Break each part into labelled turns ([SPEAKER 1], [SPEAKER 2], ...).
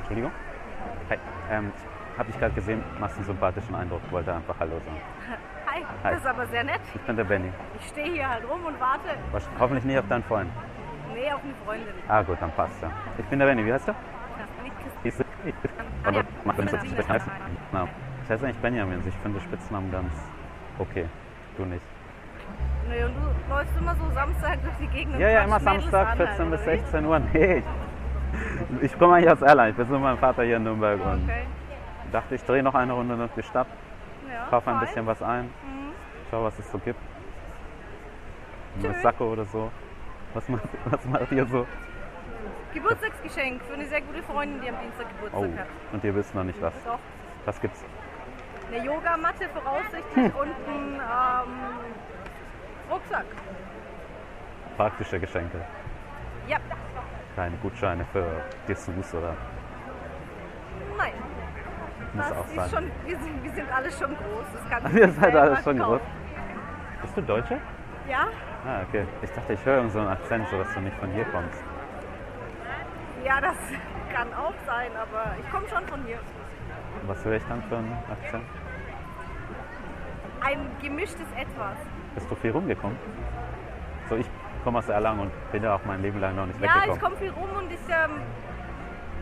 [SPEAKER 1] Entschuldigung. Hi. Ähm, ich habe dich gerade gesehen, machst einen sympathischen Eindruck, wollte einfach Hallo sagen.
[SPEAKER 2] Hi,
[SPEAKER 1] Hi.
[SPEAKER 2] das ist aber sehr nett.
[SPEAKER 1] Ich bin der Benny.
[SPEAKER 2] Ich stehe hier halt rum und warte.
[SPEAKER 1] Was- Hoffentlich nicht auf deinen Freund.
[SPEAKER 2] Nee, auf eine Freundin.
[SPEAKER 1] Ah gut, dann passt ja. Ich bin der Benny, wie heißt du?
[SPEAKER 2] Das bin ich Christine.
[SPEAKER 1] Ich, ich,
[SPEAKER 2] Ah, ja.
[SPEAKER 1] mach das
[SPEAKER 2] Christine
[SPEAKER 1] ich
[SPEAKER 2] ist
[SPEAKER 1] heiße
[SPEAKER 2] dabei.
[SPEAKER 1] genau. Ich heiße eigentlich Benjamin, also ich finde Spitznamen ganz okay. Du nicht.
[SPEAKER 2] Nee, und du läufst immer so Samstag durch die Gegend. und
[SPEAKER 1] Ja, ja,
[SPEAKER 2] quatscht
[SPEAKER 1] immer
[SPEAKER 2] Mädels
[SPEAKER 1] Samstag,
[SPEAKER 2] an,
[SPEAKER 1] 14 bis
[SPEAKER 2] oder wie?
[SPEAKER 1] 16 Uhr. Nee, ich, ich komme eigentlich aus Erlangen. Ich bin mit meinem Vater hier in Nürnberg und
[SPEAKER 2] Okay.
[SPEAKER 1] dachte, ich drehe noch eine Runde durch die Stadt,
[SPEAKER 2] Ja,
[SPEAKER 1] kaufe ein
[SPEAKER 2] fein.
[SPEAKER 1] bisschen was ein,
[SPEAKER 2] Mhm.
[SPEAKER 1] schau, was es so gibt. Eine
[SPEAKER 2] Tschüss.
[SPEAKER 1] Sacke oder so. Was macht, was macht ihr so?
[SPEAKER 2] Geburtstagsgeschenk für eine sehr gute Freundin, die am Dienstag Geburtstag
[SPEAKER 1] Oh,
[SPEAKER 2] hat.
[SPEAKER 1] und ihr wisst noch nicht was.
[SPEAKER 2] Doch.
[SPEAKER 1] Was gibt's?
[SPEAKER 2] Eine Yogamatte voraussichtlich
[SPEAKER 1] Hm.
[SPEAKER 2] und ein ähm, Rucksack.
[SPEAKER 1] Praktische Geschenke.
[SPEAKER 2] Ja,
[SPEAKER 1] Keine Gutscheine für Dessous oder
[SPEAKER 2] nein.
[SPEAKER 1] muss
[SPEAKER 2] das
[SPEAKER 1] auch
[SPEAKER 2] ist
[SPEAKER 1] sein.
[SPEAKER 2] schon, wir, sind, wir sind alle schon groß. Das kann
[SPEAKER 1] Ihr
[SPEAKER 2] nicht
[SPEAKER 1] seid
[SPEAKER 2] selber
[SPEAKER 1] alle schon groß.
[SPEAKER 2] kaufen.
[SPEAKER 1] Bist du Deutsche?
[SPEAKER 2] Ja,
[SPEAKER 1] Ah, okay. Ich dachte, ich höre irgend so einen Akzent, so dass du nicht von hier kommst.
[SPEAKER 2] ja, das kann auch sein, aber ich komme schon von hier.
[SPEAKER 1] Was höre ich dann für einen Akzent?
[SPEAKER 2] Ein gemischtes Etwas.
[SPEAKER 1] Bist du viel rumgekommen? So, ich komme aus Erlangen und bin da auch mein Leben lang noch nicht
[SPEAKER 2] Ja, ich
[SPEAKER 1] weggekommen.
[SPEAKER 2] komme viel rum und ich, ähm,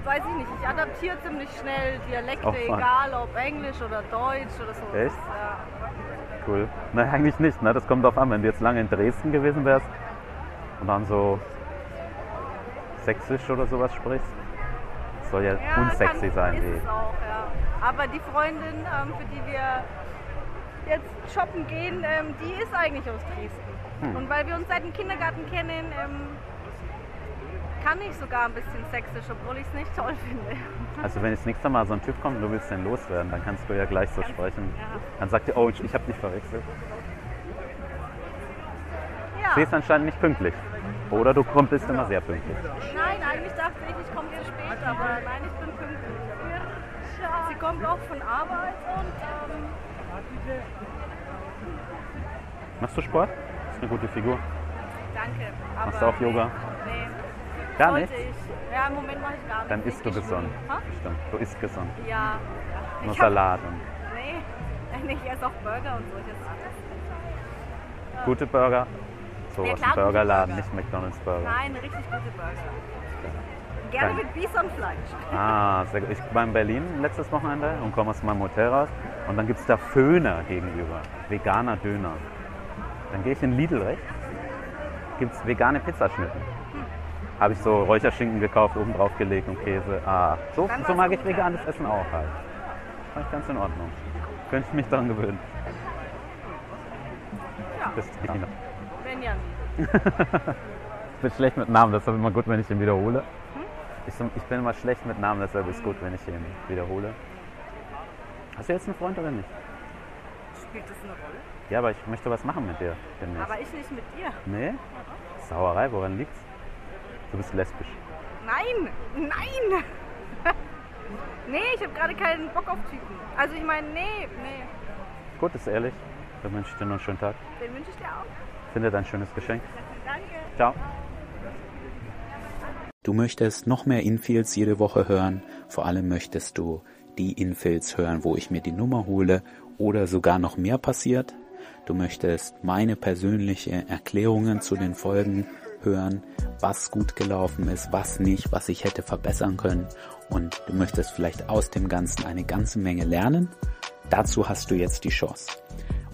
[SPEAKER 2] weiß ich nicht, ich adaptiere ziemlich schnell Dialekte,
[SPEAKER 1] Auch fein.
[SPEAKER 2] egal ob Englisch oder Deutsch oder so.
[SPEAKER 1] Echt?
[SPEAKER 2] Ja.
[SPEAKER 1] cool. Nein, eigentlich nicht. Ne? Das kommt drauf an. Wenn du jetzt lange in Dresden gewesen wärst und dann so sächsisch oder sowas sprichst, das soll ja,
[SPEAKER 2] Ja,
[SPEAKER 1] unsexy
[SPEAKER 2] kann,
[SPEAKER 1] sein. eh.
[SPEAKER 2] Ist
[SPEAKER 1] Die.
[SPEAKER 2] es auch, ja. Aber die Freundin, ähm, für die wir jetzt shoppen gehen, ähm, die ist eigentlich aus Dresden.
[SPEAKER 1] Hm.
[SPEAKER 2] Und weil wir uns seit dem Kindergarten kennen, ähm, kann ich sogar ein bisschen sächsisch, obwohl ich es nicht toll finde.
[SPEAKER 1] Also wenn jetzt nächstes Mal so ein Typ kommt und du willst den loswerden, dann kannst du ja gleich so sprechen.
[SPEAKER 2] ja.
[SPEAKER 1] Dann sagt er, oh, ich habe dich verwechselt.
[SPEAKER 2] Ja,
[SPEAKER 1] Sie ist anscheinend nicht pünktlich. Oder du kommst bist immer sehr pünktlich.
[SPEAKER 2] nein, eigentlich dachte ich, ich komme zu spät, aber nein, ich bin pünktlich. Sie kommt auch von Arbeit und ähm,
[SPEAKER 1] Machst du Sport? Ist eine gute Figur.
[SPEAKER 2] danke. Aber
[SPEAKER 1] Machst du auch Yoga?
[SPEAKER 2] Nee,
[SPEAKER 1] Gar
[SPEAKER 2] sollte
[SPEAKER 1] nichts?
[SPEAKER 2] ich. Ja, im Moment mache ich gar nichts.
[SPEAKER 1] Dann isst du
[SPEAKER 2] Ich-
[SPEAKER 1] gesund.
[SPEAKER 2] Ha?
[SPEAKER 1] Stimmt, du isst gesund.
[SPEAKER 2] Ja.
[SPEAKER 1] Nur
[SPEAKER 2] Ich hab-
[SPEAKER 1] Salat und
[SPEAKER 2] Nee, nee, ich esse auch Burger und so. Ich esse alles.
[SPEAKER 1] gute Burger. So
[SPEAKER 2] Ja,
[SPEAKER 1] aus
[SPEAKER 2] klar,
[SPEAKER 1] dem
[SPEAKER 2] gute
[SPEAKER 1] Burgerladen,
[SPEAKER 2] Burger.
[SPEAKER 1] nicht McDonalds Burger.
[SPEAKER 2] Nein, richtig gute Burger. Gerne
[SPEAKER 1] Geil.
[SPEAKER 2] mit Bisonfleisch.
[SPEAKER 1] Ah, sehr gut. Ich war in Berlin letztes Wochenende und komme aus meinem Hotel raus. Und dann gibt es da Föhner gegenüber. Veganer Döner. Dann gehe ich in Lidl rechts. Gibt es vegane Pizzaschnitten.
[SPEAKER 2] Hm.
[SPEAKER 1] Habe ich so Räucherschinken gekauft, oben drauf gelegt und Käse. Ah, so,
[SPEAKER 2] Dann
[SPEAKER 1] so
[SPEAKER 2] war's
[SPEAKER 1] mag ich
[SPEAKER 2] gut, ja.
[SPEAKER 1] veganes Essen auch halt. Fand ich ganz in Ordnung. Könnte ich mich daran gewöhnen.
[SPEAKER 2] Ja.
[SPEAKER 1] Das ist ja.
[SPEAKER 2] Benjamin.
[SPEAKER 1] Ich bin schlecht mit Namen, deshalb immer gut, wenn ich ihn wiederhole.
[SPEAKER 2] Hm?
[SPEAKER 1] Ich, so- ich bin immer schlecht mit Namen, deshalb ist es gut, wenn ich ihn wiederhole. Hast du jetzt einen Freund oder nicht?
[SPEAKER 2] Spielt das eine Rolle?
[SPEAKER 1] Ja, aber ich möchte was machen mit dir demnächst.
[SPEAKER 2] Aber ich nicht mit dir.
[SPEAKER 1] nee? Sauerei, woran liegt's? Du bist lesbisch.
[SPEAKER 2] Nein, nein. nee, ich habe gerade keinen Bock auf Typen. Also ich meine, nee, nee.
[SPEAKER 1] Gut, ist ehrlich. Dann wünsche ich dir noch einen schönen Tag.
[SPEAKER 2] Den wünsche ich dir auch.
[SPEAKER 1] Finde dein schönes Geschenk.
[SPEAKER 2] Danke.
[SPEAKER 1] Ciao.
[SPEAKER 3] Du möchtest noch mehr Infills jede Woche hören. Vor allem möchtest du die Infills hören, wo ich mir die Nummer hole oder sogar noch mehr passiert. Du möchtest meine persönliche Erklärungen zu den Folgen hören, was gut gelaufen ist, was nicht, was ich hätte verbessern können. Und du möchtest vielleicht aus dem Ganzen eine ganze Menge lernen. Dazu hast du jetzt die Chance.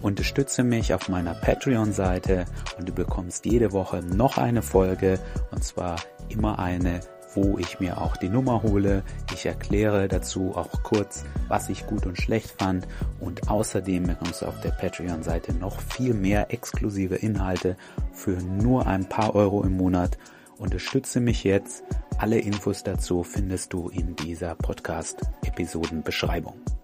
[SPEAKER 3] Unterstütze mich auf meiner Patreon-Seite und du bekommst jede Woche noch eine Folge und zwar immer eine, wo ich mir auch die Nummer hole. Ich erkläre dazu auch kurz, was ich gut und schlecht fand und außerdem bekommst du auf der Patreon-Seite noch viel mehr exklusive Inhalte für nur ein paar Euro im Monat. Unterstütze mich jetzt. Alle Infos dazu findest du in dieser Podcast-Episodenbeschreibung.